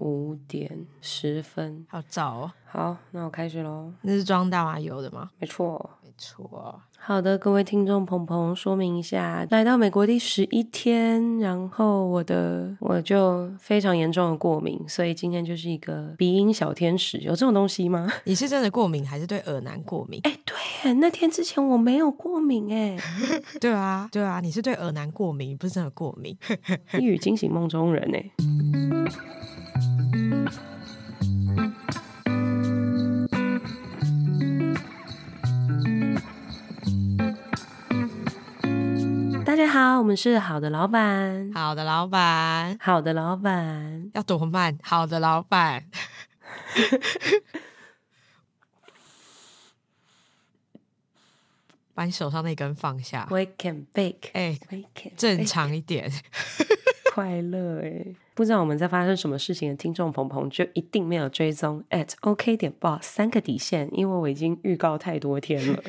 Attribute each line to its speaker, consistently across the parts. Speaker 1: 五点十分。
Speaker 2: 好早哦，
Speaker 1: 好，那我开始喽。
Speaker 2: 那是装大麻油的吗？
Speaker 1: 没错，
Speaker 2: 没错，
Speaker 1: 好的，各位听众鹏鹏，说明一下，来到美国第十一天，然后我的我就非常严重的过敏，所以今天就是一个鼻音小天使，有这种东西吗？
Speaker 2: 你是真的过敏还是对耳男过敏？
Speaker 1: 哎、对，那天之前我没有过敏哎、
Speaker 2: 对啊，对啊，你是对耳男过敏，你不是真的过敏。
Speaker 1: 一语惊醒梦中人哎、大家好，我们是好的老板，
Speaker 2: 好的，老板，
Speaker 1: 好的老板，
Speaker 2: 要多慢？好的，老板， 把你手上那根放下。
Speaker 1: We can bake，
Speaker 2: 哎、
Speaker 1: We can
Speaker 2: 正
Speaker 1: bake
Speaker 2: 常一点。
Speaker 1: 快乐哎、不知道我们在发生什么事情的听众鹏鹏就一定没有追踪 at OK 点 boss 三个底线，因为我已经预告太多天了，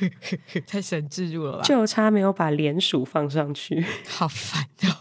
Speaker 2: 太神置入了吧？
Speaker 1: 就差没有把联署放上去。
Speaker 2: 好烦哦。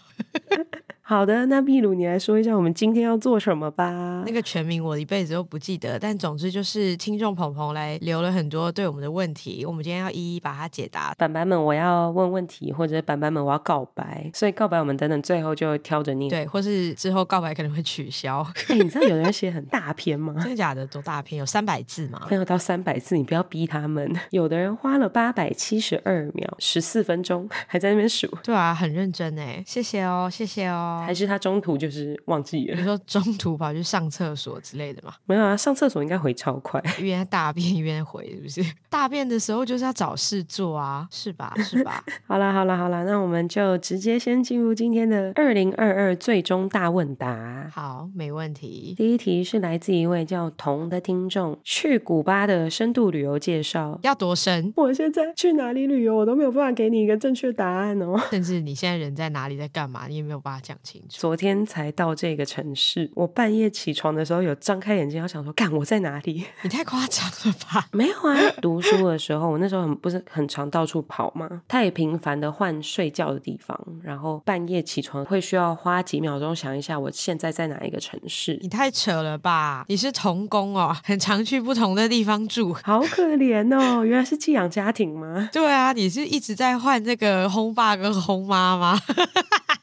Speaker 1: 好的，那秘鲁你来说一下我们今天要做什么吧
Speaker 2: 那。个全名我一辈子都不记得，但总之就是听众鹏鹏来留了很多对我们的问题，我们今天要一一把它解答。
Speaker 1: 板板们，我要问问题，或者板板们，我要告白，所以告白我们等等最后就挑着念。
Speaker 2: 对，或是之后告白可能会取消，
Speaker 1: 哎、你知道有人写很大篇吗？
Speaker 2: 真的假的？多大篇？有三百字吗？
Speaker 1: 没有到三百字，你不要逼他们。有的人花了八百七十二秒十四分钟，还在那边数，
Speaker 2: 对啊，很认真哎，谢谢哦，谢谢哦
Speaker 1: 还。是他中途就是忘记
Speaker 2: 比
Speaker 1: 了
Speaker 2: 如？说中途跑去上厕所之类的嘛，
Speaker 1: 没有啊，上厕所应该回超快。
Speaker 2: 一边大便一边回，是不是？ 大便的时候就是要找事做啊，是吧？是吧？
Speaker 1: 好啦，好啦，好啦，那我们就直接先进入今天的二零二二最终大问答。
Speaker 2: 好，没问题。
Speaker 1: 第一题是来自一位叫童的听众，去古巴的深度旅游介绍。
Speaker 2: 要多深？
Speaker 1: 我现在去哪里旅游，我都没有办法给你一个正确答案哦。
Speaker 2: 甚至你现在人在哪里，在干嘛，你也没有办法讲清楚。
Speaker 1: 昨天才到这个城市，我半夜起床的时候有张开眼睛，要想说，干我在哪里？
Speaker 2: 你太夸张了吧？
Speaker 1: 没有啊，读书的时候，我那时候很不是很常到处跑嘛，太频繁的换睡觉的地方，然后半夜起床会需要花几秒钟想一下我现在在哪一个城市
Speaker 2: 你，太扯了吧？你是童工哦，很常去不同的地方住。
Speaker 1: 好可怜哦，原来是寄养家庭吗？
Speaker 2: 对啊，你是一直在换那个轰爸跟轰妈吗？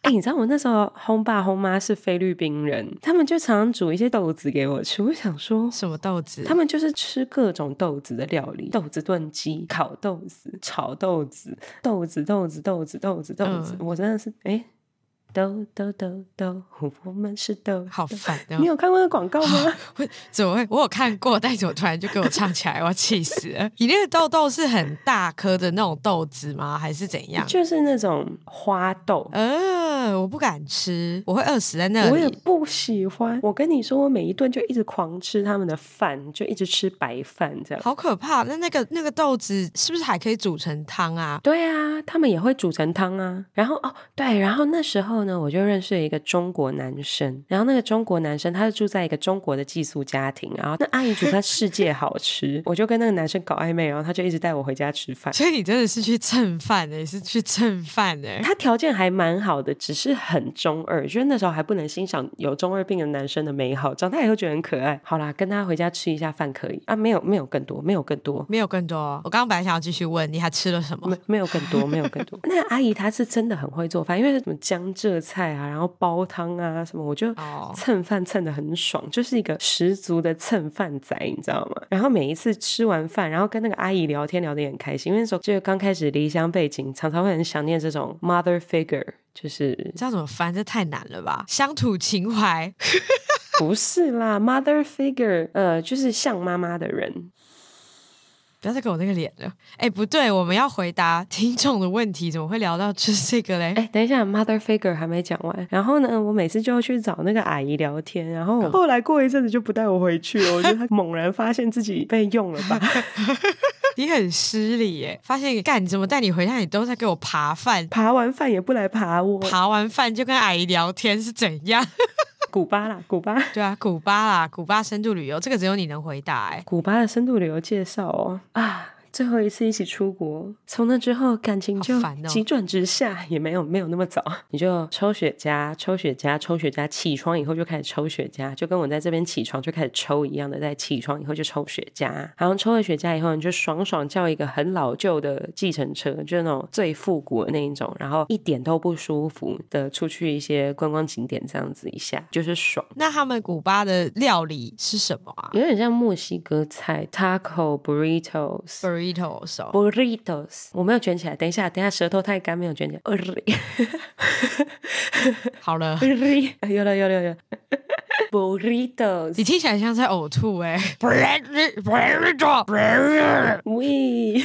Speaker 1: 哎、你知道我那时候轰爸轰妈是菲律宾人，他们就常常煮一些豆子给我吃，我想说。
Speaker 2: 什么豆子？
Speaker 1: 他们就是吃各种豆子的料理，豆子炖鸡、烤豆子、炒豆子、豆子、豆子、豆子、豆子、豆子。
Speaker 2: 嗯
Speaker 1: 我真的是哎、豆豆豆豆，我们是豆。
Speaker 2: 好烦哦
Speaker 1: 你！有看过那广告 吗？
Speaker 2: 我怎么会？我有看过，但怎么突然就给我唱起来？ 我要气死了！你那个豆豆是很大颗的那种豆子吗？还是怎样？
Speaker 1: 就是那种花豆。
Speaker 2: 呃，我不敢吃，我会饿死在那
Speaker 1: 我也
Speaker 2: 里。
Speaker 1: 不喜欢。我跟你说，我每一顿就一直狂吃他们的饭，就一直吃白饭这样。
Speaker 2: 好可怕！那那个那个豆子是不是还可以煮成汤啊？
Speaker 1: 对啊，他们也会煮成汤啊。然后哦，对，然后那时候呢，我就认识了一个中国男生。然后那个中国男生，他是住在一个中国的寄宿家庭。然后那阿姨煮他世界好吃， 我就跟那个男生搞暧昧，然后他就一直带我回家吃饭。
Speaker 2: 所以你真的是去蹭饭的、你是去蹭饭欸的、
Speaker 1: 他条件还蛮好的，只是很中二，就是那时候还不能欣赏有中二病的男生的美好。长大以后觉得很可爱。好啦，跟他回家吃一下饭可以啊，没有没有更多，没有更多。
Speaker 2: 没有更多。我刚刚本来想要继续问你还吃了什么
Speaker 1: 没，没有更多，没有更多。 那个阿姨她是真的很会做饭，因为什么江浙菜啊，然后煲汤啊什么，我就
Speaker 2: 哦
Speaker 1: 蹭饭蹭的很爽，就是一个十足的蹭饭仔，你知道吗？然后每一次吃完饭，然后跟那个阿姨聊天聊得也很开心，因为那时候就是刚开始离乡背景，常常会很想念这种 mother figure。就是
Speaker 2: 你知道怎么翻？这太难了吧？乡土情怀，
Speaker 1: 不是啦，mother figure，呃，就是像妈妈的人。
Speaker 2: 不要再给我那个脸了。哎，不对，我们要回答听众的问题，怎么会聊到就是这个嘞？
Speaker 1: 哎，等一下，mother figure 还没讲完。然后呢，我每次就要去找那个阿姨聊天，然后后来过一阵子就不带我回去了。我觉得她猛然发现自己被用了吧？
Speaker 2: 你很失礼耶！发现干，怎么带你回家，你都在给我扒饭，
Speaker 1: 扒完饭也不来扒我。
Speaker 2: 扒完饭就跟阿姨聊天是怎样？
Speaker 1: 古巴啦，古巴，
Speaker 2: 对啊，古巴啦，古巴深度旅游，这个只有你能回答哎。
Speaker 1: 古巴的深度旅游介绍哦啊。最后一次一起出国，从那之后感情就
Speaker 2: 好烦哦
Speaker 1: 急转直下，也没有没有那么早，你就抽雪茄，抽雪茄，抽雪茄，起床以后就开始抽雪茄，就跟我在这边起床就开始抽一样的，在起床以后就抽雪茄，然后抽了雪茄以后，你就爽爽叫一个很老旧的计程车，就是那种最复古的那一种，然后一点都不舒服的出去一些观光景点这样子一下，就是爽。
Speaker 2: 那他们古巴的料理是什么啊
Speaker 1: 有点像墨西哥菜，taco burritos，
Speaker 2: ？burrito 手
Speaker 1: burritos，我没有卷起来，等一下，等一下，舌头太干，没有卷起来。呃
Speaker 2: 好了，
Speaker 1: 呃有了，有了，有 了。burritos，
Speaker 2: 你听起来像在呕吐哎。burrito，burrito，
Speaker 1: 喂，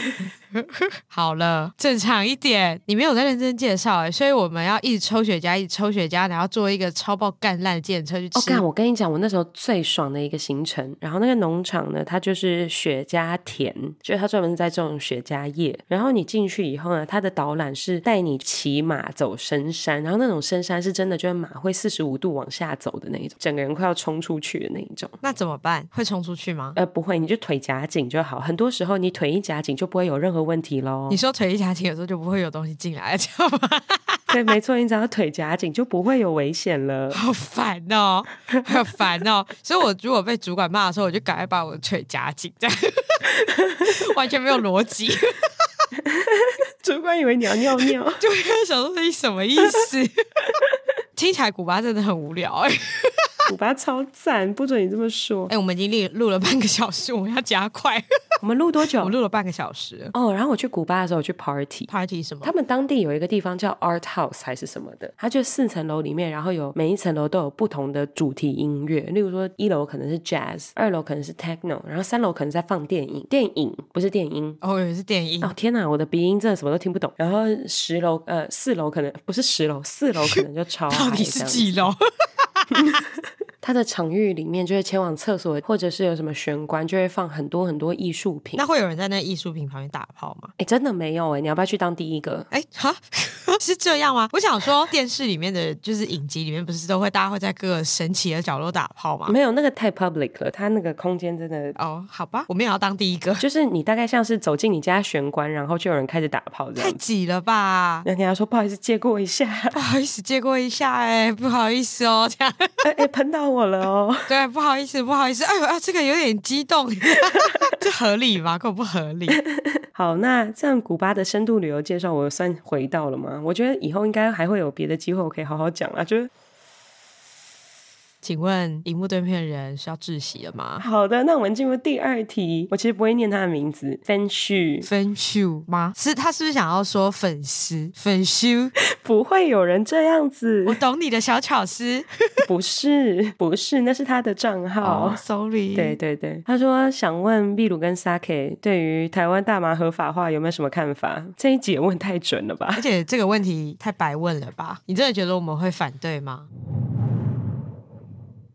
Speaker 2: 好了，正常一点。你没有在认真介绍哎，所以我们要一直抽雪茄，一直抽雪茄，然后做一个超爆干烂的电车去
Speaker 1: 哦，
Speaker 2: 吃。
Speaker 1: 干！我跟你讲，我那时候最爽的一个行程，然后那个农场呢，它就是雪茄田，就是它专门在种雪茄叶。然后你进去以后呢，它的导览是带你骑马走深山，然后那种深山是真的，就是马会四十五度往下走的那一种，整个人快要冲出去的那一种。
Speaker 2: 那怎么办？会冲出去吗？
Speaker 1: 呃，不会，你就腿夹紧就好。很多时候你腿一夹紧就不会有任何问题喽
Speaker 2: 你。说腿一夹紧，有时候就不会有东西进来，知道 吗？
Speaker 1: 对，没错，你只要腿夹紧就不会有危险了。
Speaker 2: 好烦哦，好烦哦！所以，我如果被主管骂的时候，我就赶快把我的腿夹紧， 这样完全没有逻辑。
Speaker 1: 主管以为你要尿尿，
Speaker 2: 就会想说你什么意思？听起来古巴真的很无聊哎、欸、
Speaker 1: 古巴超赞，不准你这么说。
Speaker 2: 哎我们已经录录了半个小时，我们要加快。
Speaker 1: 我们录多
Speaker 2: 我
Speaker 1: 久
Speaker 2: 们？录了半个小时
Speaker 1: 哦，然后我去古巴的时候，我去 party。
Speaker 2: ，party 什么
Speaker 1: 他？们当地有一个地方叫 Art House 还是什么的，它就四层楼里面，然后有每一层楼都有不同的主题音乐，例如说一楼可能是 Jazz，二楼可能是 Techno，然后三楼可能在放电影，电影不是电音，
Speaker 2: 哦，我以为是电音。
Speaker 1: 哦天哪，我的鼻音真的什么都听不懂。然后十楼呃四楼可能不是十楼，四楼可能就超
Speaker 2: 到底
Speaker 1: 嗨
Speaker 2: 是
Speaker 1: 这样
Speaker 2: 几楼？
Speaker 1: 它的场域里面就会前往厕所，或者是有什么玄关，就会放很多很多艺术 品。
Speaker 2: 那会有人在那艺术品旁边打炮吗？
Speaker 1: 哎，真的没有哎、你要不要去当第一个？
Speaker 2: 哎、哈， 是这样吗？我想说，电视里面的就是影集里面，不是都会大家会在各个神奇的角落打炮吗？
Speaker 1: 没有，那个太 public 了，它那个空间真的。
Speaker 2: 哦，好吧，我们也要当第一 个，
Speaker 1: 就是你大概像是走进你家玄关，然后就有人开始打炮这
Speaker 2: 太
Speaker 1: 样子，
Speaker 2: 挤了吧？
Speaker 1: 然后你还说不好意思借过一下，
Speaker 2: 不好意思，借过一下哎、不好意思哦，这样
Speaker 1: 哎哎喷到我了哦，
Speaker 2: 对，不好意思，不好意思，哎呦啊，这个有点激动， 这合理吗？根本不合理。
Speaker 1: 好，那这样古巴的深度旅游介绍我算回到了吗？我觉得以后应该还会有别的机会，我可以好好讲啊。就是
Speaker 2: 请问荧幕对面的人是要窒息了 吗？
Speaker 1: 好的，那我们进入第二题。我其实不会念他的名字 f a n s h u
Speaker 2: 分修吗？是他是不是想要说粉丝粉修？
Speaker 1: 不会有人这样子
Speaker 2: 我，懂你的小巧 思。
Speaker 1: 不是不是，那是他的账号。
Speaker 2: s o r r y
Speaker 1: 对，对对，他说想问秘鲁跟 Sake 对于台湾大麻合法化有没有什么看法？这一集也问太准了吧
Speaker 2: 而？且这个问题太白问了吧？你真的觉得我们会反对吗？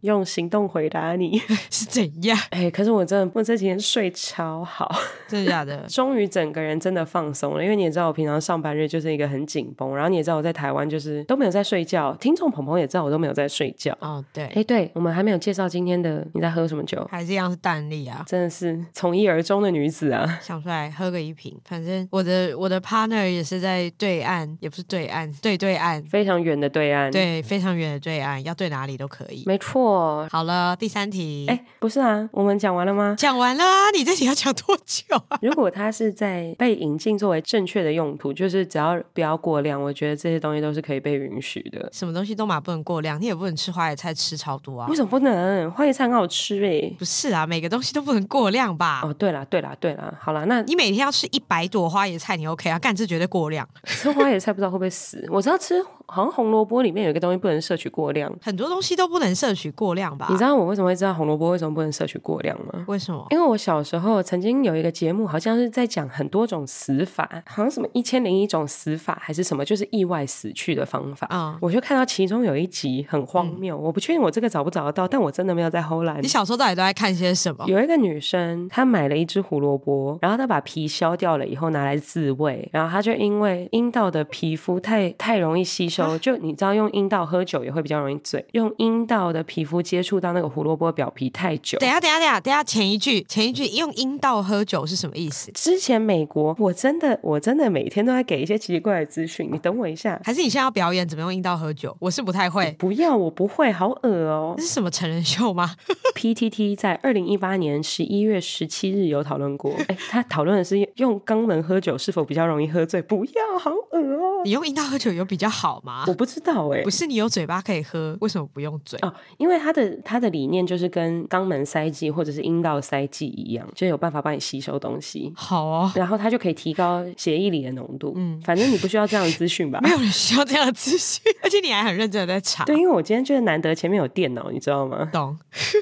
Speaker 1: 用行动回答你。
Speaker 2: 是怎样？
Speaker 1: 哎，可是我真的，我这几天睡超好。
Speaker 2: 真的假 的？
Speaker 1: 终于整个人真的放松了，因为你也知道我平常上班日就是一个很紧绷，然后你也知道我在台湾就是都没有在睡觉，听众朋友也知道我都没有在睡觉。
Speaker 2: 哦，对，
Speaker 1: 哎，对我们还没有介绍今天的你在喝什么酒，
Speaker 2: 还是一样是蛋力啊。
Speaker 1: 真的是从一而终的女子啊！
Speaker 2: 想出来喝个一瓶，反正我的我的 partner 也是在对岸，也不是对岸，对对岸，
Speaker 1: 非常远的对岸，，
Speaker 2: 对非常远的对岸，要对哪里都可以。
Speaker 1: 嗯没错。
Speaker 2: 好了，第三题，？
Speaker 1: 哎，不是啊，我们讲完了吗
Speaker 2: 讲完了啊，你这题要讲多久啊？
Speaker 1: 如果它是在被引进作为正确的用途，就是只要不要过量，我觉得这些东西都是可以被允许的。
Speaker 2: 什么东西都嘛不能过量，你也不能吃花椰菜吃超多啊
Speaker 1: 为。什么不能？花椰菜很好吃哎、
Speaker 2: 不是啊，每个东西都不能过量吧？
Speaker 1: 哦，对啦，对啦，对啦，好啦，那
Speaker 2: 你每天要吃一百朵花椰菜，你 OK 啊？干这绝对过量。
Speaker 1: 吃花椰菜不知道会不会死？我知道吃好像红萝卜里面有一个东西不能摄取过量。
Speaker 2: 很多东西都不能摄取过量吧？
Speaker 1: 你知道我为什么会知道红萝卜为什么不能摄取过量吗？
Speaker 2: 为什么？
Speaker 1: 因为我小时候曾经有一个节目，好像是在讲很多种死法，好像什么一千零一种死法还是什么，就是意外死去的方法。
Speaker 2: 啊、
Speaker 1: 我就看到其中有一集很荒谬，我不确定我这个找不找得到，但我真的没有在后来
Speaker 2: 你。小时候到底都在看些什么？
Speaker 1: 有一个女生，她买了一只胡萝卜，然后她把皮削掉了以后拿来自慰，然后她就因为阴道的皮肤太太容易吸收，就你知道用阴道喝酒也会比较容易醉，用阴道的皮肤接触到那个胡萝卜表皮太久
Speaker 2: 等。一下，等一下，等一下，等一下，前一句，前一句用阴道喝酒是什么意思？
Speaker 1: 之前美国，我真的我真的每天都在给一些奇怪的资讯，你等我一下，
Speaker 2: 还是你现在要表演怎么用阴道喝酒？我是不太会。
Speaker 1: 不要，我不会，好恶哦、
Speaker 2: 这是什么成人秀吗？
Speaker 1: PTT 在二零一八年十一月十七日有讨论过，哎，他讨论的是用肛门喝酒是否比较容易喝醉，不要，好恶哦、
Speaker 2: 你用阴道喝酒有比较好吗
Speaker 1: 我？不知道哎、
Speaker 2: 不是你有嘴巴可以喝，为什么不用嘴？
Speaker 1: 哦，因为他的他的理念就是跟肛门塞剂或者是阴道塞剂一样，就有办法帮你吸收东西，
Speaker 2: 好哦，
Speaker 1: 然后它就可以提高血液里的浓度。
Speaker 2: 嗯
Speaker 1: 嗯，反正你不需要这样的资 讯吧
Speaker 2: 没？有人需要这样的资讯， 而且你还很认真的在查。
Speaker 1: 对，因为我今天就是难得前面有电脑，你知道 吗？
Speaker 2: 懂。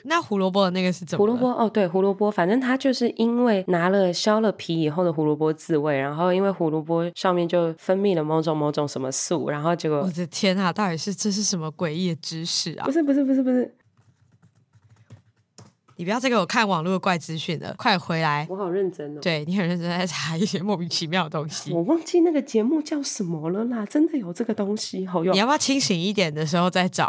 Speaker 2: 那胡萝卜的那个是怎么
Speaker 1: 胡
Speaker 2: 了？
Speaker 1: 萝卜哦，对，胡萝卜，反正它就是因为拿了削了皮以后的胡萝卜自慰，然后因为胡萝卜上面就分泌了某种某种什么素，然后结果
Speaker 2: 我的天啊，到底是这是什么诡异的知识啊
Speaker 1: 不！是不是不是不是，
Speaker 2: 你不要再给我看网络的怪资讯了，快回来！
Speaker 1: 我好认真哦。
Speaker 2: 对你很认真地在查一些莫名其妙的东西。
Speaker 1: 我忘记那个节目叫什么了啦，真的有这个东西，好用
Speaker 2: 你要不要清醒一点的时候再找？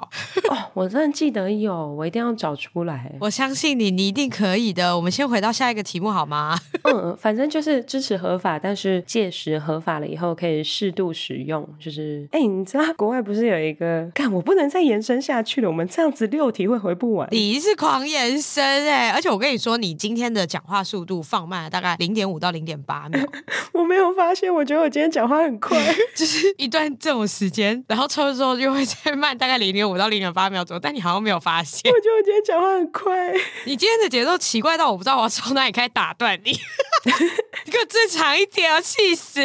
Speaker 1: 哦！我真的记得有，我一定要找出来。
Speaker 2: 我相信你，你一定可以的。我们先回到下一个题目好吗？
Speaker 1: 嗯，反正就是支持合法，但是届时合法了以后可以适度使用。就是，哎、你知道国外不是有一个？看，我不能再延伸下去了，我们这样子六题会回不完。
Speaker 2: 你是狂延伸哎、而且我跟你说，你今天的讲话速度放慢了大概零点五到零点八秒，
Speaker 1: 我没有发现，我觉得我今天讲话很快。
Speaker 2: 就是一段这种时间，然后抽的时候就会再慢大概零点五到零点八秒左右，但你好像没有发现。
Speaker 1: 我觉得我今天讲话很快。
Speaker 2: 你今天的节奏奇怪到我不知道我要从哪里开始打断你， 你给我正常一点啊！气死！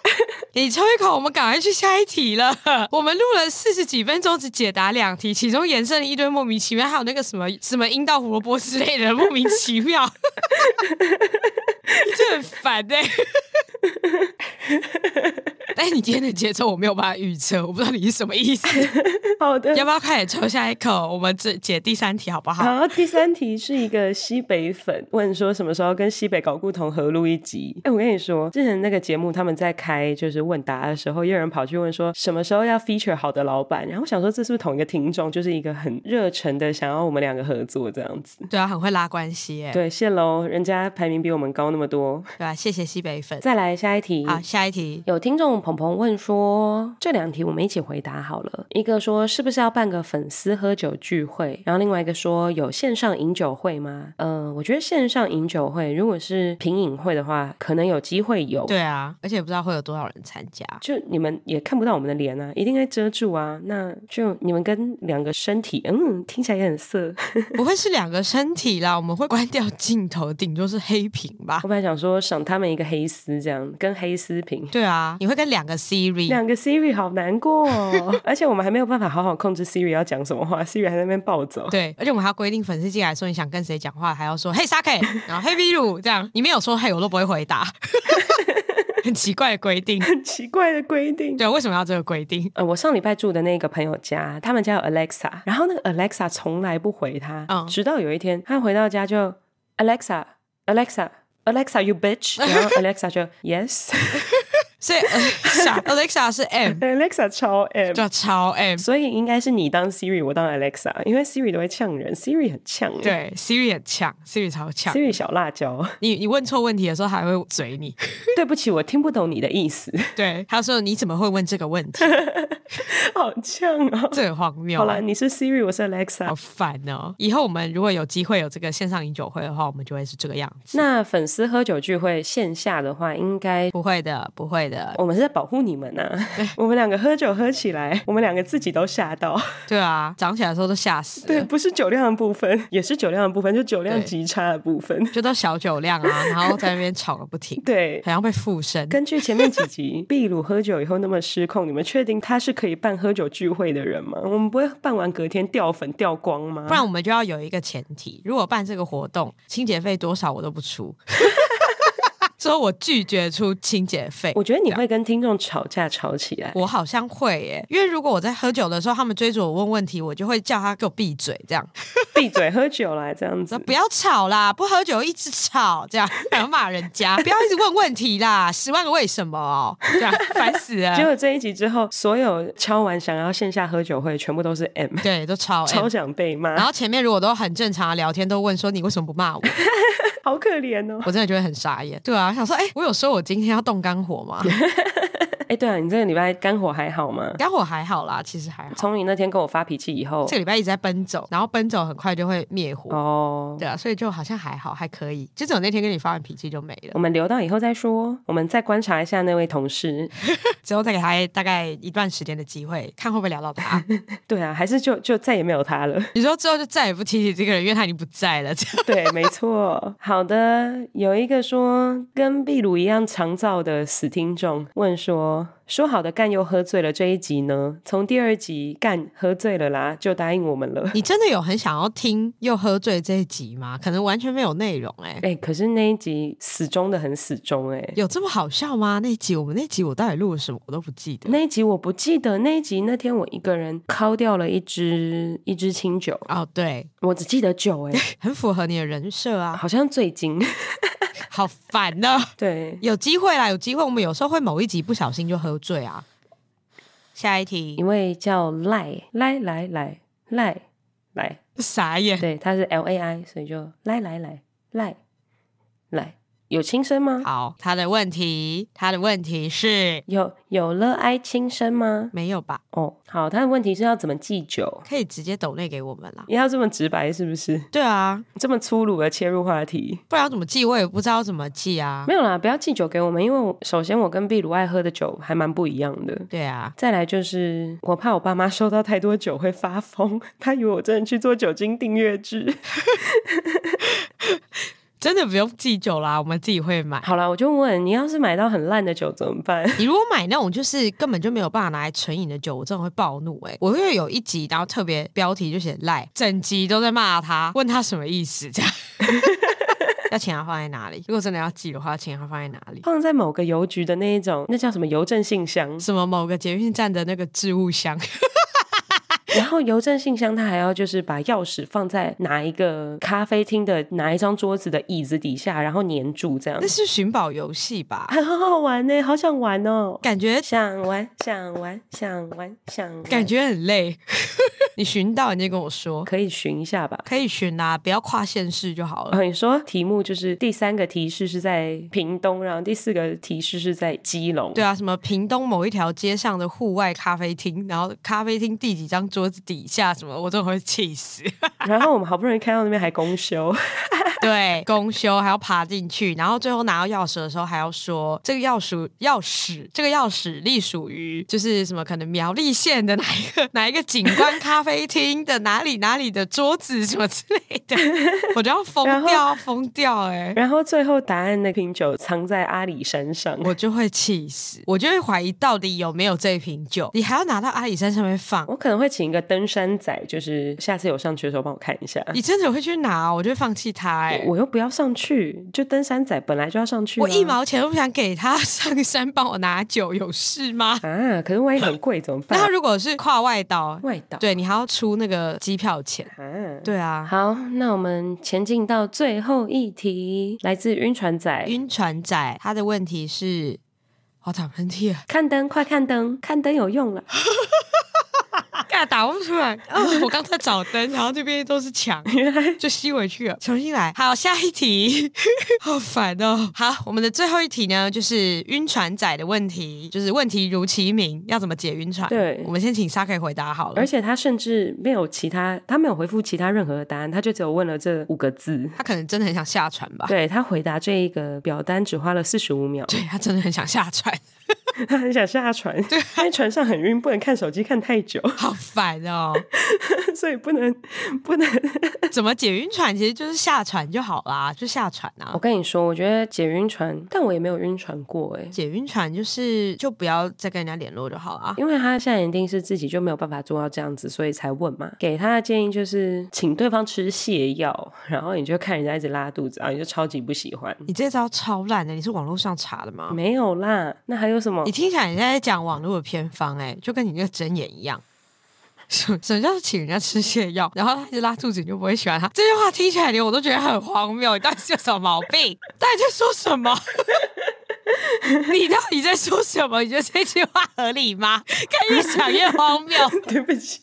Speaker 2: 你抽一口，我们赶快去下一题了。我们录了四十几分钟，只解答两题，其中延伸了一堆莫名其妙，还有那个什么什么阴道胡萝卜之类的莫名其妙， 你真的很烦哎、 但是你今天的节奏我没有办法预测，我不知道你是什么意思。
Speaker 1: 好的
Speaker 2: 要。不要快点抽下一口？我们这解第三题好不好？
Speaker 1: 好，第三题是一个西北粉 问说什么时候跟西北搞故同合录一集？哎、我跟你说，之前那个节目他们在开就是问答的时候，也有人跑去问说什么时候要 feature 好的老板，然后我想说这是不是同一个听众，就是一个很热忱的想要我们两个合作这样子。
Speaker 2: 对啊，很会拉关系欸耶、
Speaker 1: 对，谢喽，人家排名比我们高那么多。
Speaker 2: 对吧、啊谢谢西北粉。
Speaker 1: 再来下一题，
Speaker 2: 好，下一题。
Speaker 1: 有听众鹏鹏问说，这两题我们一起回答好了。一个说是不是要办个粉丝喝酒聚会，然后另外一个说有线上饮酒会吗？呃，我觉得线上饮酒会如果是品饮会的话，可能有机会有。
Speaker 2: 对啊，而且不知道会有多少人参加。
Speaker 1: 就你们也看不到我们的脸啊，一定会遮住啊。那就你们跟两个身体，嗯，听起来也很色。
Speaker 2: 不会是两个身体啦，我们会关掉镜头，顶多是黑屏吧
Speaker 1: 我？本来想说赏他们一个黑丝，这样跟黑丝平。
Speaker 2: 对啊，你会跟两个 Siri。
Speaker 1: 两个 Siri 好难过、哦， 而且我们还没有办法好好控制 Siri 要讲什么话，Siri 还在那边暴走。
Speaker 2: 对，而且我们还要规定粉丝进来说你想跟谁讲话，还要说嘿 Saki，然后嘿 V 鲁这样，你没有说嘿，我都不会回答， 很奇怪的规定。
Speaker 1: 很奇怪的规定。
Speaker 2: 对，为什么要这个规定？
Speaker 1: 呃，我上礼拜住的那个朋友家，他们家有 Alexa，然后那个 Alexa 从来不回他，
Speaker 2: 嗯
Speaker 1: 直到有一天他回到家就 Alexa Alexa Alexa you bitch，然后 Alexa 就 yes
Speaker 2: 所以 Alexa Alexa 是 M，
Speaker 1: Alexa 超 M，
Speaker 2: 叫超 M，
Speaker 1: 所以应该是你当 Siri，我当 Alexa，因为 Siri 都会呛人，Siri 很呛，
Speaker 2: 对 Siri 很强，Siri 超强。
Speaker 1: ，Siri 小辣椒，
Speaker 2: 你你问错问题的时候，还会嘴你。
Speaker 1: 对不起，我听不懂你的意思，
Speaker 2: 对，他说你怎么会问这个问题？
Speaker 1: 好呛哦。
Speaker 2: 这很荒谬
Speaker 1: 好啦，
Speaker 2: 啊。
Speaker 1: 你是 Siri，我是
Speaker 2: 好
Speaker 1: Alexa。
Speaker 2: 烦哦！以后我们如果有机会有这个线上饮酒会的话，我们就会是这个样子。
Speaker 1: 那粉丝喝酒聚会线下的话，应该
Speaker 2: 不会的，不会的，
Speaker 1: 我们是在保护你们呐、 我们两个喝酒喝起来，我们两个自己都吓到。
Speaker 2: 对啊，长起来的时候都吓死
Speaker 1: 对，
Speaker 2: 了，
Speaker 1: 不是酒量的部分，也是酒量的部分，就酒量
Speaker 2: 对
Speaker 1: 极差的部分。
Speaker 2: 就到小酒量啊，然后在那边吵个不停，
Speaker 1: 对
Speaker 2: 好，像被附身。
Speaker 1: 根据前面几集，秘鲁喝酒以后那么失控，你们确定他是可以办喝酒聚会的人吗？我们不会办完隔天掉粉掉光吗？
Speaker 2: 不然我们就要有一个前提，如果办这个活动，清洁费多少我都不 出，所以我拒绝出清洁费。
Speaker 1: 我觉得你会跟听众吵架吵起来。
Speaker 2: 我好像会耶，因为如果我在喝酒的时候，他们追着我问问题，我就会叫他给我闭嘴，这样
Speaker 1: 闭嘴喝酒啦，这样
Speaker 2: 说
Speaker 1: 子。
Speaker 2: 不要吵啦，不喝酒一直吵，这样 然后骂人家， 不要一直问问题啦，十万个为什么哦，这 样烦死
Speaker 1: 结
Speaker 2: 了。
Speaker 1: 果这一集之后，所有敲完想要线下喝酒会，全部都是哦 M，
Speaker 2: 对，都吵、
Speaker 1: 超
Speaker 2: 欸。
Speaker 1: 想被骂
Speaker 2: 然，后前面如果都很正常的聊天，都问说你为什么不骂我，
Speaker 1: 好可怜哦。
Speaker 2: 我真的就会很傻眼。对啊，想说，哎、我有说我今天要动肝火 吗？
Speaker 1: 哎，对啊，你这个礼拜肝火还好吗？
Speaker 2: 肝火还好啦，其实还好。
Speaker 1: 从你那天跟我发脾气以后
Speaker 2: 这，个礼拜一直在奔走，然后奔走很快就会灭火，
Speaker 1: 哦，
Speaker 2: 对啊，所以就好像还好，还可以。就只有那天跟你发完脾气就没了
Speaker 1: 我，们留到以后再说，我们再观察一下那位同事。
Speaker 2: 之后再给他大概一段时间的机会，看会不会聊到他。
Speaker 1: 对啊，还是就就再也没有他了。
Speaker 2: 你说之后就再也不提起这个人，因为他已经不在了。这样
Speaker 1: 对，没错。好的，有一个说跟秘鲁一样长照的死听众问说，说好的干又喝醉了这一集呢？从第二集干喝醉了啦，就答应我们了。
Speaker 2: 你真的有很想要听又喝醉这一集吗？可能完全没有内容哎、
Speaker 1: 哎、可是那一集死忠的很死忠哎、
Speaker 2: 有这么好笑吗？那一集我们那集我到底录了什么我都不记得。
Speaker 1: 那一集我不记得，那一集那天我一个人敲掉了一支一支清酒，
Speaker 2: 哦，对，
Speaker 1: 我只记得酒哎、
Speaker 2: 很符合你的人设啊，
Speaker 1: 好像醉精。
Speaker 2: 好烦呢、
Speaker 1: 对，
Speaker 2: 有机会啦，有机会，我们有时候会某一集不小心就喝醉啊。下一
Speaker 1: 一
Speaker 2: 题，
Speaker 1: 位叫赖赖来来赖来，
Speaker 2: 傻眼，
Speaker 1: 对，他是 L A I，所以就赖来来赖来，有轻声吗？
Speaker 2: 好，他的问题，他的问题是
Speaker 1: 有有了哀轻声吗？
Speaker 2: 没有吧？
Speaker 1: 哦，好，他的问题是要怎么忌酒？
Speaker 2: 可以直接抖内给我们啦。
Speaker 1: 要这么直白是不是？
Speaker 2: 对啊，
Speaker 1: 这么粗鲁的切入话题？
Speaker 2: 不然要怎么记我也不知道怎么记啊
Speaker 1: 没。有啦，不要忌酒给我们，因为我首先我跟壁炉爱喝的酒还蛮不一样的。
Speaker 2: 对啊，
Speaker 1: 再来就是，我怕我爸妈收到太多酒会发疯，他以为我真的去做酒精订阅制。
Speaker 2: 真的不用记酒啦，我们自己会买。
Speaker 1: 好啦，我就问你，要是买到很烂的酒怎么办？
Speaker 2: 你如果买那种就是根本就没有办法拿来存饮的酒，我真的会暴怒哎、我会有一集，然后特别标题就写赖，整集都在骂他，问他什么意思这样。 要钱要放在哪里？如果真的要记的话，钱要放在哪里？
Speaker 1: 放在某个邮局的那一种，那叫什么邮政 信箱？
Speaker 2: 什么某个捷运站的那个置物箱？
Speaker 1: 然后邮政信箱它还要就是把钥匙放在哪一个咖啡厅的哪一张桌子的椅子底下，然后粘住这样
Speaker 2: 那，是寻宝游戏吧？
Speaker 1: 很好好玩呢、好想玩哦。
Speaker 2: 感觉
Speaker 1: 想玩，想玩，想玩，想玩，
Speaker 2: 感觉很累。 你寻到你就跟我说，
Speaker 1: 可以寻一下吧。
Speaker 2: 可以寻啦、不要跨县市就好了。
Speaker 1: 哦，你说题目就是第三个提示是在屏东，然后第四个提示是在基隆。
Speaker 2: 对啊，什么屏东某一条街上的户外咖啡厅，然后咖啡厅第几张桌子底下什么，我真的会气死。
Speaker 1: 然后我们好不容易看到那边还公休，
Speaker 2: 对，公休还要爬进去，然后最后拿到钥匙的时候还要说这个钥匙钥匙这个钥匙隶属于就是什么可能苗栗县的哪一个哪一个景观咖啡厅的哪里哪里的桌子什么之类的，我就要疯
Speaker 1: 然后
Speaker 2: 掉要疯掉哎、
Speaker 1: 然后最后答案那瓶酒藏在阿里山上。
Speaker 2: 我就会气死，我就会怀疑到底有没有这一瓶酒，你还要拿到阿里山上面放。
Speaker 1: 我可能会请一个登山仔，就是下次有上去的时候帮我看一下。
Speaker 2: 你真的会去拿，我就会放弃它、哎，
Speaker 1: 我又不要上去，就登山仔本来就要上去啊。
Speaker 2: 我一毛钱都不想给他，上山帮我拿酒，有事 吗？
Speaker 1: 啊！可是万一很贵怎么
Speaker 2: 那他
Speaker 1: 办？
Speaker 2: 如果是跨外岛，
Speaker 1: 外岛
Speaker 2: 对你还要出那个机票钱。
Speaker 1: 啊。
Speaker 2: 对啊，
Speaker 1: 好，那我们前进到最后一题，来自晕船仔。
Speaker 2: 晕船仔他的问题是，我打喷嚏了，
Speaker 1: 看灯，快看灯，看灯有 用了，哦
Speaker 2: 干打不出来。啊！我刚才找灯，然后这边都是墙，
Speaker 1: 原来
Speaker 2: 就吸回去了。重新来，好，下一题， 好烦哦。好，我们的最后一题呢，就是晕船仔的问题，就是问题如其名，要怎么解晕船？
Speaker 1: 对
Speaker 2: 我们先请沙可以回答好了。
Speaker 1: 而且他甚至没有其他，他没有回复其他任何的答案，他就只有问了这五个字。
Speaker 2: 他可能真的很想 下船吧？
Speaker 1: 对他回答这一个表单只花了四十五秒，
Speaker 2: 对他真的很想下船。
Speaker 1: 他很想下船， 因为船上很晕，不能看手机看太久，
Speaker 2: 好烦哦！
Speaker 1: 所以不能不能。
Speaker 2: 怎么解晕船？其实就是下船就好啦，就下船啊
Speaker 1: 我。跟你说，我觉得解晕船，但我也没有晕船过哎、
Speaker 2: 解晕船就是就不要再跟人家联络就好啦。
Speaker 1: 因为他现在一定是自己就没有办法做到这样子，所以才问嘛。给他的建议就是，请对方吃泻药，然后你就看人家一直拉肚子，然后你就超级不喜欢。
Speaker 2: 你这招超烂的，你是网络上查的吗？
Speaker 1: 没有啦，那还有什么
Speaker 2: 你？听起来人家在讲网络的偏方、哎，就跟你那个睁眼一样。 什么什么叫请人家吃泻药，然后他一直拉肚子，你就不会喜欢他？这句话听起来连我都觉得很荒谬。你到底是有什么毛病？ 到底在说什么？ 你到底在说什么？你觉得这句话合理吗？ 看越想越荒谬。
Speaker 1: 对不起，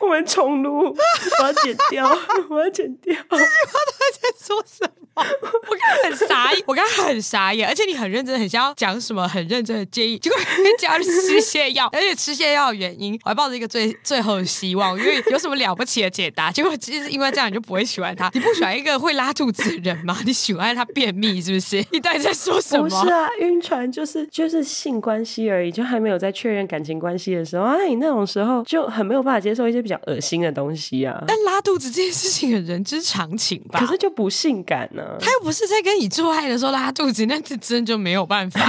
Speaker 1: 我们重录，我要剪掉，我要剪掉。
Speaker 2: 在说什么？ 我刚刚很傻 眼，我刚刚很傻眼，而且你很认真，很想要讲什么很认真的建议，结果人家去吃泻 药，而且吃泻药的原因，我还抱着一个最最后的希望，因为有什么了不起的解答？结果其实因为这样你就不会喜欢他，你不喜欢一个会拉肚子的人吗？ 你喜欢他便秘是不是？你到底在说什
Speaker 1: 不
Speaker 2: 么
Speaker 1: 是？啊，晕船就是就是性关系而已，就还没有在确认感情关系的时候啊，你那种时候就很没有办法接受一些比较恶心的东西 啊。
Speaker 2: 但拉肚子这件事情很人之常情吧？
Speaker 1: 可是就不性感呢、啊，
Speaker 2: 他又不是在跟你做爱的时候拉肚子，那这真就没有办 法，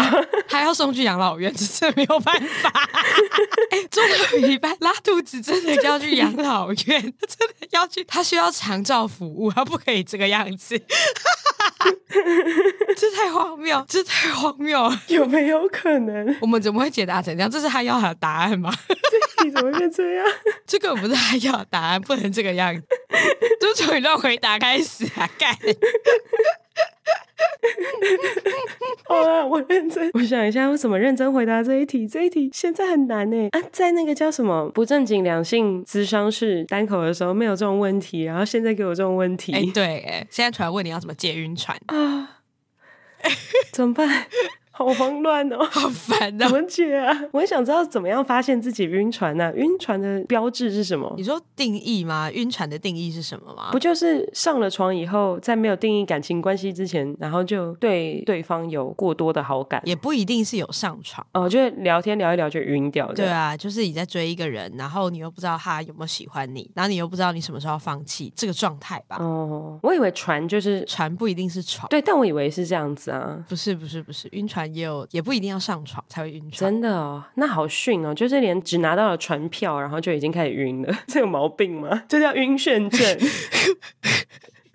Speaker 2: 还要送去养老院，这真没有办法。 哎、做到一半拉肚子，真的要去养老院，真的要去，他需要长照服务，他不可以这个样子。 这太荒谬，这太荒谬了！
Speaker 1: 有没有可 能？
Speaker 2: 我们怎么会解答成这样？这是他要的答案吗？
Speaker 1: 对，你怎么会这样？
Speaker 2: 这个不是他要的答案，不能这个样子。就从你乱回答开始啊，干！
Speaker 1: 好啦，我认真，我想一下，我怎么认真回答这一题？这一题现在很难呢。啊，在那个叫什么不正经两性咨商室单口的时候没有这种问题，然后现在给我这种问题、
Speaker 2: 哎、对，哎，现在突然问你要怎么解晕船，
Speaker 1: 啊，怎么 办？好慌乱哦。
Speaker 2: 好烦
Speaker 1: 怎
Speaker 2: 哦！
Speaker 1: 么解啊？我也想知道怎么样发现自己晕船呢、晕船的标志是什么
Speaker 2: 你？说定义吗？晕船的定义是什么吗
Speaker 1: 不？就是上了床以后，在没有定义感情关系之前，然后就对对方有过多的好感，
Speaker 2: 也不一定是有上床。
Speaker 1: 哦，就是聊天聊一聊就晕掉的。
Speaker 2: 对啊，就是你在追一个人，然后你又不知道他有没有喜欢你，然后你又不知道你什么时候要放弃，这个状态吧。
Speaker 1: 哦，我以为船就是
Speaker 2: 船不一定是床，
Speaker 1: 对，但我以为是这样子啊。
Speaker 2: 不是不是不是，晕船也有，也不一定要上床才会晕船。
Speaker 1: 真的哦，那好逊哦，就是连只拿到了船票，然后就已经开始晕了， 这有毛病吗？这叫晕眩症。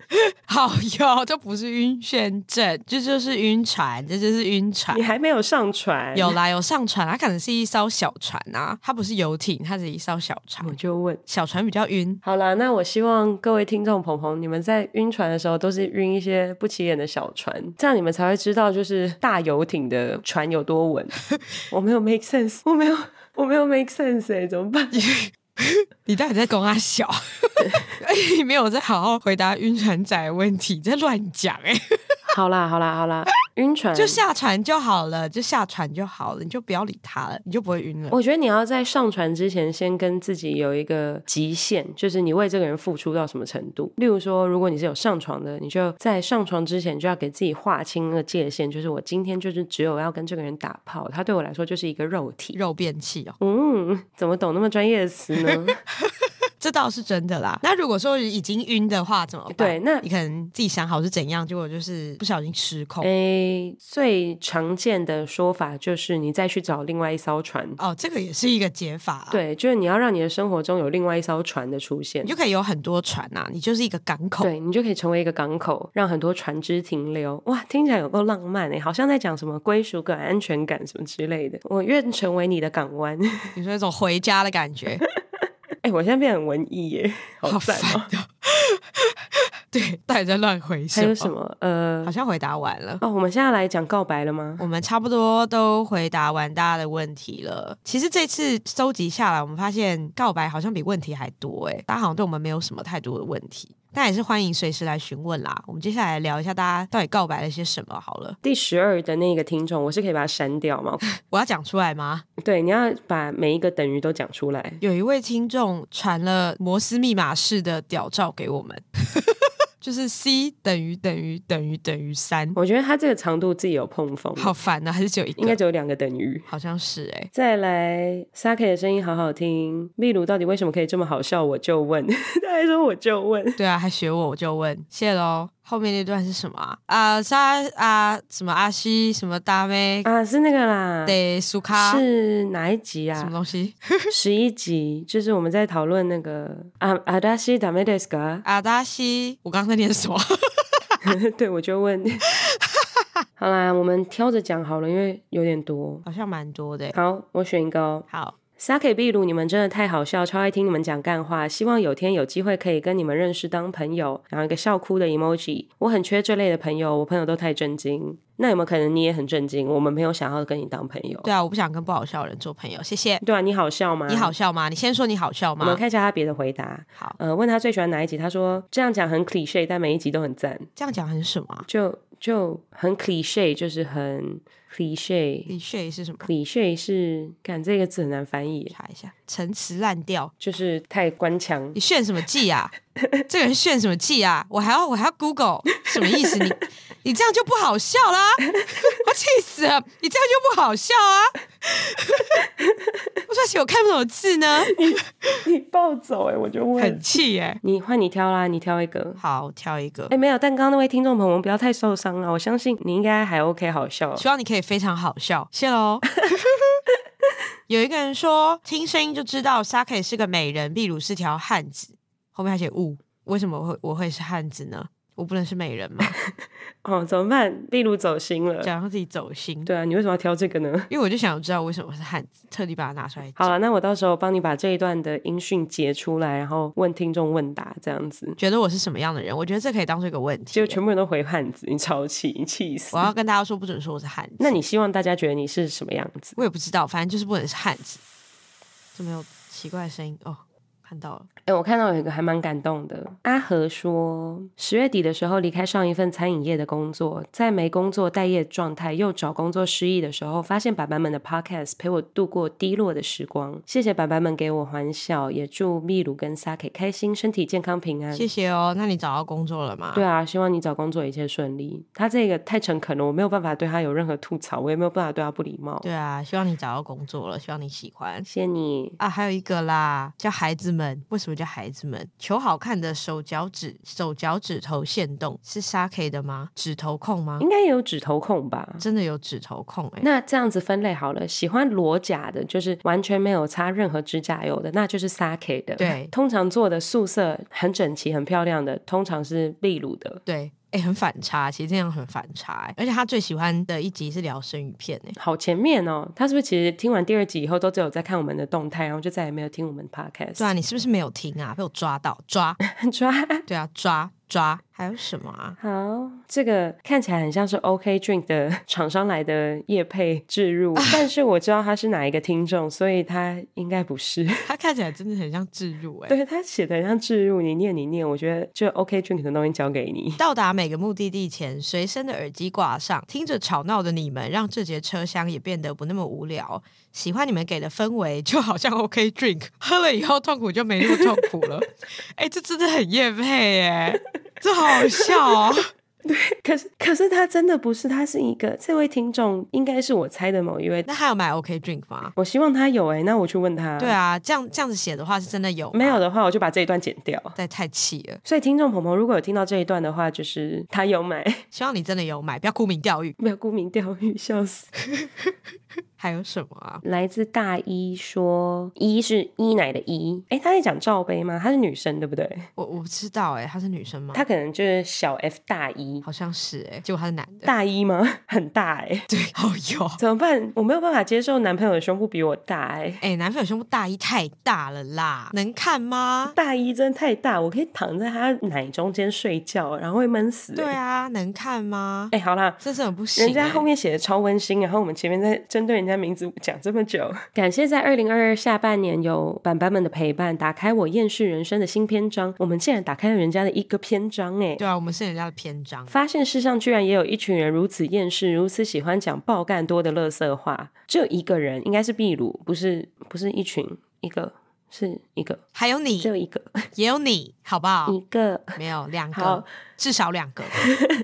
Speaker 2: 好哟， 这不是晕眩症，这就是晕船，这就是晕船
Speaker 1: 你。还没有上船，
Speaker 2: 啊有啦，有上船，啊它可能是一艘小船啊，它不是游艇，它是一艘小船
Speaker 1: 我。就问。
Speaker 2: 小船比较晕，
Speaker 1: 好啦，那我希望各位听众朋朋，你们在晕船的时候都是晕一些不起眼的小船，这样你们才会知道就是大游艇的船有多稳。我没有 make sense，我没有，我没有 make sense 哎、怎么办？
Speaker 2: 你到底在跟他小？而且你没有在好好回答晕船仔的问题，你在乱讲哎、
Speaker 1: 好啦，好啦，好啦，晕船
Speaker 2: 就。下船就好了，就下船就好了，你就不要理他了，你就不会晕了。
Speaker 1: 我觉得你要在上船之前，先跟自己有一个极限，就是你为这个人付出到什么程度。例如说，如果你是有上床的，你就在上床之前就要给自己划清那个界限，就是我今天就是只有要跟这个人打炮，他对我来说就是一个肉体。
Speaker 2: 肉变气哦，
Speaker 1: 嗯，怎么懂那么专业的词呢？
Speaker 2: 这倒是真的啦。那如果说已经晕的话怎么办？
Speaker 1: 对那
Speaker 2: 你可能自己想好是怎样，结果就是不小心失控。
Speaker 1: 哎诶，最常见的说法就是你再去找另外一艘船。
Speaker 2: 哦，这个也是一个解法、啊。，
Speaker 1: 对，就是你要让你的生活中有另外一艘船的出现
Speaker 2: 你，就可以有很多船呐、你就是一个港口。
Speaker 1: 对你就可以成为一个港口，让很多船只停留。哇，听起来有够浪漫欸诶，好像在讲什么归属感、安全感什么之类的。我愿成为你的港湾。
Speaker 2: 你说一种回家的感觉，
Speaker 1: 哎，我现在变很文艺耶， 好
Speaker 2: 好
Speaker 1: 赞
Speaker 2: 烦
Speaker 1: 哦、
Speaker 2: 哦。 对，到底在乱回什
Speaker 1: 还
Speaker 2: 么？
Speaker 1: 有什么？呃
Speaker 2: 好，像回答完了。
Speaker 1: 哦，我们现在来讲告白了吗？
Speaker 2: 我们差不多都回答完大家的问题了。其实这次收集下来，我们发现告白好像比问题还多哎、大家好像对我们没有什么太多的问题，但也是欢迎随时来询问啦。我们接下来聊一下大家到底告白了些什么好了。
Speaker 1: 第十二的那个听众，我是可以把它删掉吗？
Speaker 2: 我要讲出来吗？
Speaker 1: 对，你要把每一个等于都讲出来。
Speaker 2: 有一位听众传了摩斯密码式的屌照给我们。 就是 c 等于等于等于等于三，
Speaker 1: 我觉得它这个长度自己有碰锋，
Speaker 2: 好，烦啊呐、还是只有一个？
Speaker 1: 应该只有两个等于。
Speaker 2: 好像是哎、
Speaker 1: 再来，Saki 的声音好好听，秘鲁到底为什么可以这么好笑？我就问， 他还说我就问，
Speaker 2: 对啊，还学我，我就问，谢喽。后面那段是什么啊？啊，沙啊，什么阿西，什么大妹，
Speaker 1: 啊，是那个啦，
Speaker 2: 得苏卡，
Speaker 1: 是哪一集
Speaker 2: 什么
Speaker 1: 啊？
Speaker 2: 东西？
Speaker 1: 十一集，就是我们在讨论那个啊阿达西达梅德斯卡，
Speaker 2: 阿啊达西，我刚刚在念什么？
Speaker 1: 对我就问。 好啦，我们挑着讲好了，因为有点多。
Speaker 2: 好像蛮多的欸。
Speaker 1: 好，我选一个哦。
Speaker 2: 好，
Speaker 1: Saki 秘鲁，你们真的太好笑，超爱听你们讲干话。希望有天有机会可以跟你们认识当朋友，然后一个笑哭的 emoji。我很缺这类的朋友，我朋友都太震惊。那有没有可能你也很震惊？我们没有想要跟你当朋友。
Speaker 2: 对啊，我不想跟不好笑的人做朋友，谢谢。
Speaker 1: 对啊，你好笑吗？
Speaker 2: 你好。笑吗？你先说你好笑
Speaker 1: 我们
Speaker 2: 吗？
Speaker 1: 看一下他别的回答。
Speaker 2: 好，
Speaker 1: 呃，问他最喜欢哪一集，他说这样讲很 cliche，但每一集都很赞，
Speaker 2: 这样讲很什么啊
Speaker 1: 就就很 cliche，就是很 cliche。
Speaker 2: ？cliche 是什么？
Speaker 1: cliche 是，看这个字很难翻译，
Speaker 2: 查一下，陈词滥调。
Speaker 1: 就是太官腔
Speaker 2: 你。炫什么技啊？这个人炫什么技啊？我还要我还要 Google 什么意思？你你这样就不好笑啦！我气死了！你这样就不好笑啊！我说起我看不懂字呢，
Speaker 1: 你暴走哎、我就
Speaker 2: 很气哎、
Speaker 1: 你换你挑啦，你挑一个。
Speaker 2: 好，我挑一个
Speaker 1: 哎、，没有，但刚刚那位听众朋友们不要太受伤了，我相信你应该还 OK，好笑。哦
Speaker 2: 希望你可以非常好笑，谢喽。 有一个人说，听声音就知道 Saki 是个美人，秘鲁是条汉子。后面还写雾，为什么我会我会是汉子呢？我不能是美人吗？
Speaker 1: 哦，怎么办？例如走心了。
Speaker 2: 讲让自己走心。
Speaker 1: 对啊，你为什么要挑这个呢？
Speaker 2: 因为我就想知道为什么是汉字，特地把它拿出来
Speaker 1: 好啊
Speaker 2: 讲。
Speaker 1: 了，那我到时候帮你把这一段的音讯截出来，然后问听众问答这样子，
Speaker 2: 觉得我是什么样的人？我觉得这可以当做一个问题
Speaker 1: 结。果全部人都回汉子，你超气，你气死
Speaker 2: 我。要跟大家说，不准说我是汉字。
Speaker 1: 那你希望大家觉得你是什么样子？
Speaker 2: 我也不知道，反正就是不能是汉字。怎么有奇怪的声音？哦，看到了，
Speaker 1: 哎、我看到有一个还蛮感动的。阿和说，十月底的时候离开上一份餐饮业的工作，在没工作待业状态又找工作失意的时候，发现爸爸们的 podcast 陪我度过低落的时光。谢谢爸爸们给我欢笑，也祝秘鲁跟 Saki 开心、身体健康、平安。
Speaker 2: 谢谢哦。那你找到工作了吗？
Speaker 1: 嗯对啊，希望你找工作一切顺利。他这个太诚恳了，我没有办法对他有任何吐槽，我也没有办法对他不礼貌。
Speaker 2: 对啊，希望你找到工作了，希望你喜欢。
Speaker 1: 谢谢你，
Speaker 2: 啊，还有一个啦，叫孩子们。为什么叫孩子们？求好看的手脚指手脚指头限动是 Saki 的吗？指头控吗？
Speaker 1: 应该也有指头控吧？
Speaker 2: 真的有指头控哎、
Speaker 1: 嗯那这样子分类好了，喜欢裸甲的，就是完全没有擦任何指甲油的，那就是 sake 的。
Speaker 2: 对
Speaker 1: 通常做的素色很整齐、很漂亮的，通常是秘鲁的。
Speaker 2: 对，哎、很反差，其实这样很反差、欸。而且他最喜欢的一集是聊生鱼片、欸，
Speaker 1: 好前面哦，他是不是其实听完第二集以后都只有在看我们的动态，然后就再也没有听我们的 podcast？
Speaker 2: 对啊，你是不是没有听啊？被我抓到，抓，
Speaker 1: 抓。
Speaker 2: 对啊，抓抓，还有什么啊？
Speaker 1: 好，这个看起来很像是 OK Drink 的厂商来的业配 置入，但是我知道他是哪一个听众，所以他应该不是。
Speaker 2: 他看起来真的很像置入哎、
Speaker 1: 对他写的很像置入，你念你念，我觉得就 OK Drink 的东西交给你。
Speaker 2: 到达每个目的地前，随身的耳机挂上，听着吵闹的你们，让这节车厢也变得不那么无聊。喜欢你们给的氛围，就好像 OK drink 喝了以后痛苦就没那么痛苦了。哎、这真的很夜配哎、这好好笑哦。
Speaker 1: 可是，可是他真的不是，他是一个这位听众，应该是我猜的某一位。
Speaker 2: 那还有买 OK drink 吗？
Speaker 1: 我希望他有哎、那我去问他。
Speaker 2: 对，啊，这样这样子写的话是真的有吗
Speaker 1: 没有？的话，我就把这一段剪掉。
Speaker 2: 但太气了，
Speaker 1: 所以，听众朋友们，如果有听到这一段的话，就是他有买，
Speaker 2: 希望你真的有买，不要沽名钓誉。
Speaker 1: 不要沽名钓誉，笑死。
Speaker 2: 还有什么啊？
Speaker 1: 来自大一说，一是一奶的一，哎，他在讲罩杯吗？她是女生对不对？
Speaker 2: 我我不知道哎、她是女生吗？
Speaker 1: 她可能就是小 F 大一，
Speaker 2: 好像是哎、结果她是男的。
Speaker 1: 大一吗？很大哎、
Speaker 2: 对，好有
Speaker 1: 怎么办？我没有办法接受男朋友的胸部比我大哎、
Speaker 2: 哎、男朋友胸部大一太大了啦，能看吗？
Speaker 1: 大一真的太大，我可以躺在他奶中间睡觉，然后会闷死、
Speaker 2: 对，啊，能看吗？
Speaker 1: 哎、好啦。
Speaker 2: 这是很不行、
Speaker 1: 人家
Speaker 2: 欸
Speaker 1: 后面写的超温馨，然后我们前面在针对人家名字讲这么久，感谢在二零二二下半年有板板们的陪伴，打开我厌世人生的新篇章。我们竟然打开了人家的一个篇章、哎，
Speaker 2: 对啊，我们是人家的篇章。
Speaker 1: 发现世上居然也有一群人如此厌世，如此喜欢讲爆干多的垃圾话。只有一个人，应该是秘鲁，不是不是一群一个。是一个，
Speaker 2: 还有你
Speaker 1: 只，有一个，
Speaker 2: 也有你，好不好？
Speaker 1: 一个。
Speaker 2: 没有两个
Speaker 1: 好，
Speaker 2: 至少两个。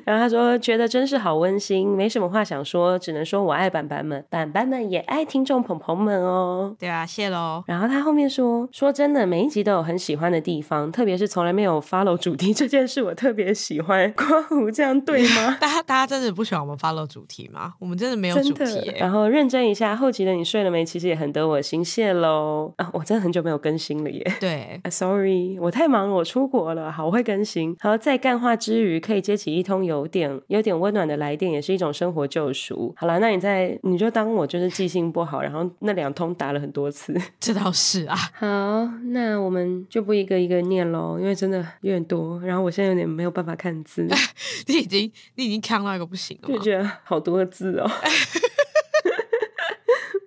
Speaker 1: 然后他说，觉得真是好温馨，没什么话想说，只能说我爱板板们，板板们也爱听众朋朋们哦。
Speaker 2: 对啊，谢喽。？
Speaker 1: 然后他后面说：“说真的，每一集都有很喜欢的地方，特别是从来没有 follow 主题这件事，我特别喜欢。 光武这样对吗
Speaker 2: 大家大家真的不喜欢我们 follow 主题吗？我们真的 没有
Speaker 1: 真
Speaker 2: 主题、哎
Speaker 1: 的。啊
Speaker 2: 耶
Speaker 1: 然后认真一下，后集的你睡了没？其实也很得我心，谢喽。啊，我真的很久没有更新了耶。
Speaker 2: 对，
Speaker 1: 啊 Sorry，我太忙了，我出国了。好，我会更新。好，在干话之余，可以接起一通有点有点温暖的来电，也是一种生活救赎。好啦，那你在你就当我就是记性不好，然后那两通打了很多次。
Speaker 2: 这倒是啊。
Speaker 1: 好，那我们就不一个一个念喽，因为真的有点多，然后我现在有点没有办法看字，
Speaker 2: 你已经你已经扛到一个不行了
Speaker 1: 就
Speaker 2: 吗？
Speaker 1: 觉得好多字哦。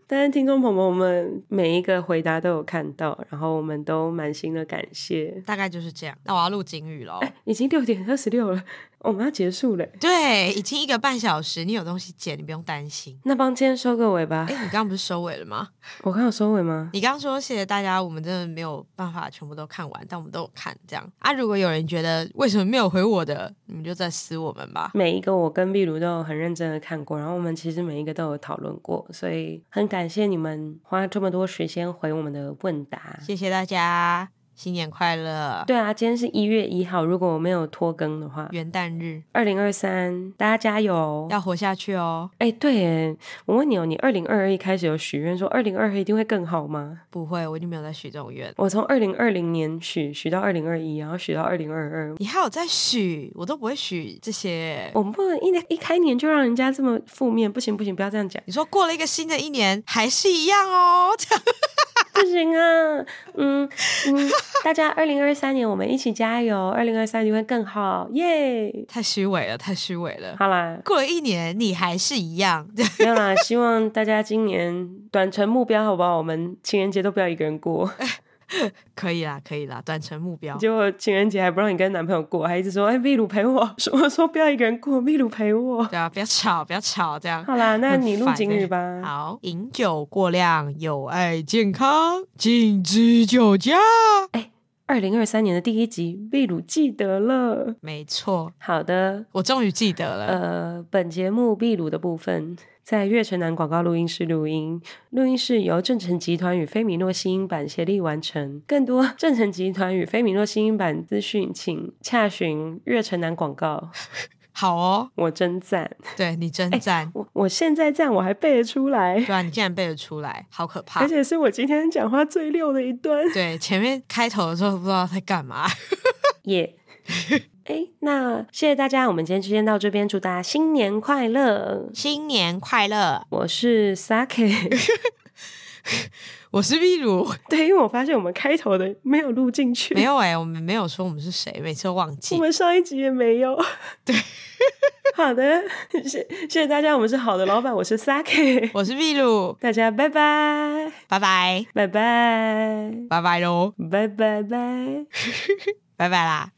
Speaker 1: 但是听众朋友们每一个回答都有看到，然后我们都满心的感谢。
Speaker 2: 大概就是这样。那我要录警语喽。
Speaker 1: 已经六点二十六了， 我们要结束了，
Speaker 2: 对，已经一个半小时，你有东西剪，你不用担心。
Speaker 1: 那帮今天收个尾吧
Speaker 2: 哎、。你刚刚不是收尾了吗？
Speaker 1: 我刚有收尾吗？
Speaker 2: 你刚刚说谢谢大家，我们真的没有办法全部都看完，但我们都有看这样啊。如果有人觉得为什么没有回我的，你们就再私我们吧。
Speaker 1: 每一个我跟壁炉都有很认真的看过，然后我们其实每一个都有讨论过，所以很感谢你们花这么多时间回我们的问答。
Speaker 2: 谢谢大家，新年快乐，
Speaker 1: 对啊，今天是一月一号，如果我没有拖更的话，
Speaker 2: 元旦日
Speaker 1: 二零二三大家加油！
Speaker 2: 要活下去哦。
Speaker 1: 哎，对耶，我问你哦，你二零二二一开始有许愿说二零二一定会更好吗？
Speaker 2: 不会，我已经没有在许这种愿。
Speaker 1: 我从二零二零年许许到二零二一，然后许到二零二二。
Speaker 2: 你还有在许，我都不会许这些。，
Speaker 1: 我们不能一一开年就让人家这么负面，不行不行，不要这样讲
Speaker 2: 你说过了一个新的一年，还是一样哦。 这样
Speaker 1: 不行啊，嗯嗯，大家二零二三年我们一起加油，二零二三年会更好，耶！
Speaker 2: 太虚伪了，太虚伪了。
Speaker 1: 好啦，
Speaker 2: 过了一年，你还是一样。
Speaker 1: 没有啦，希望大家今年短程目标好不好？我们情人节都不要一个人过，
Speaker 2: 可以啦，可以啦，短程目标。
Speaker 1: 结果情人节还不让你跟男朋友过，还一直说哎，秘鲁陪我，说说不要一个人过，秘鲁陪我。
Speaker 2: 对啊，不要吵，不要吵，这样。
Speaker 1: 好啦，那
Speaker 2: 很
Speaker 1: 你录
Speaker 2: 烦
Speaker 1: 警
Speaker 2: 欸
Speaker 1: 语吧。
Speaker 2: 好，饮酒过量有害健康，禁止酒驾。
Speaker 1: 二零二三年的第一集，秘鲁记得了。
Speaker 2: 没错，
Speaker 1: 好的，
Speaker 2: 我终于记得了。
Speaker 1: 呃，本节目秘鲁的部分在月城南广告录音室录音，录音室由正成集团与菲米诺新音版协力完成。更多正成集团与菲米诺新音版资讯，请洽询月城南广告。
Speaker 2: 好哦，
Speaker 1: 我真赞，
Speaker 2: 对你真赞，
Speaker 1: 我我现在赞我还背得出来
Speaker 2: 对，啊，你竟然背得出来，好可怕
Speaker 1: 而。且是我今天讲话最溜的一段。
Speaker 2: 对，前面开头的时候不知道在干嘛。
Speaker 1: 耶。哎，那谢谢大家，我们今天就先到这边，祝大家新年快乐！
Speaker 2: 新年快乐，
Speaker 1: 我是 Sake，
Speaker 2: 我是秘鲁。
Speaker 1: 对，因为我发现我们开头的没有录进去，
Speaker 2: 没，有哎、我们没有说我们是谁，每次都忘
Speaker 1: 我
Speaker 2: 记。
Speaker 1: 们上一集也没有。对， 好的，谢谢谢大家，我们是好的老板，我是 Sake，
Speaker 2: 我是秘鲁，
Speaker 1: 大家拜拜，
Speaker 2: 拜拜，
Speaker 1: 拜拜，
Speaker 2: 拜拜喽，
Speaker 1: 拜拜拜。
Speaker 2: 拜拜啦。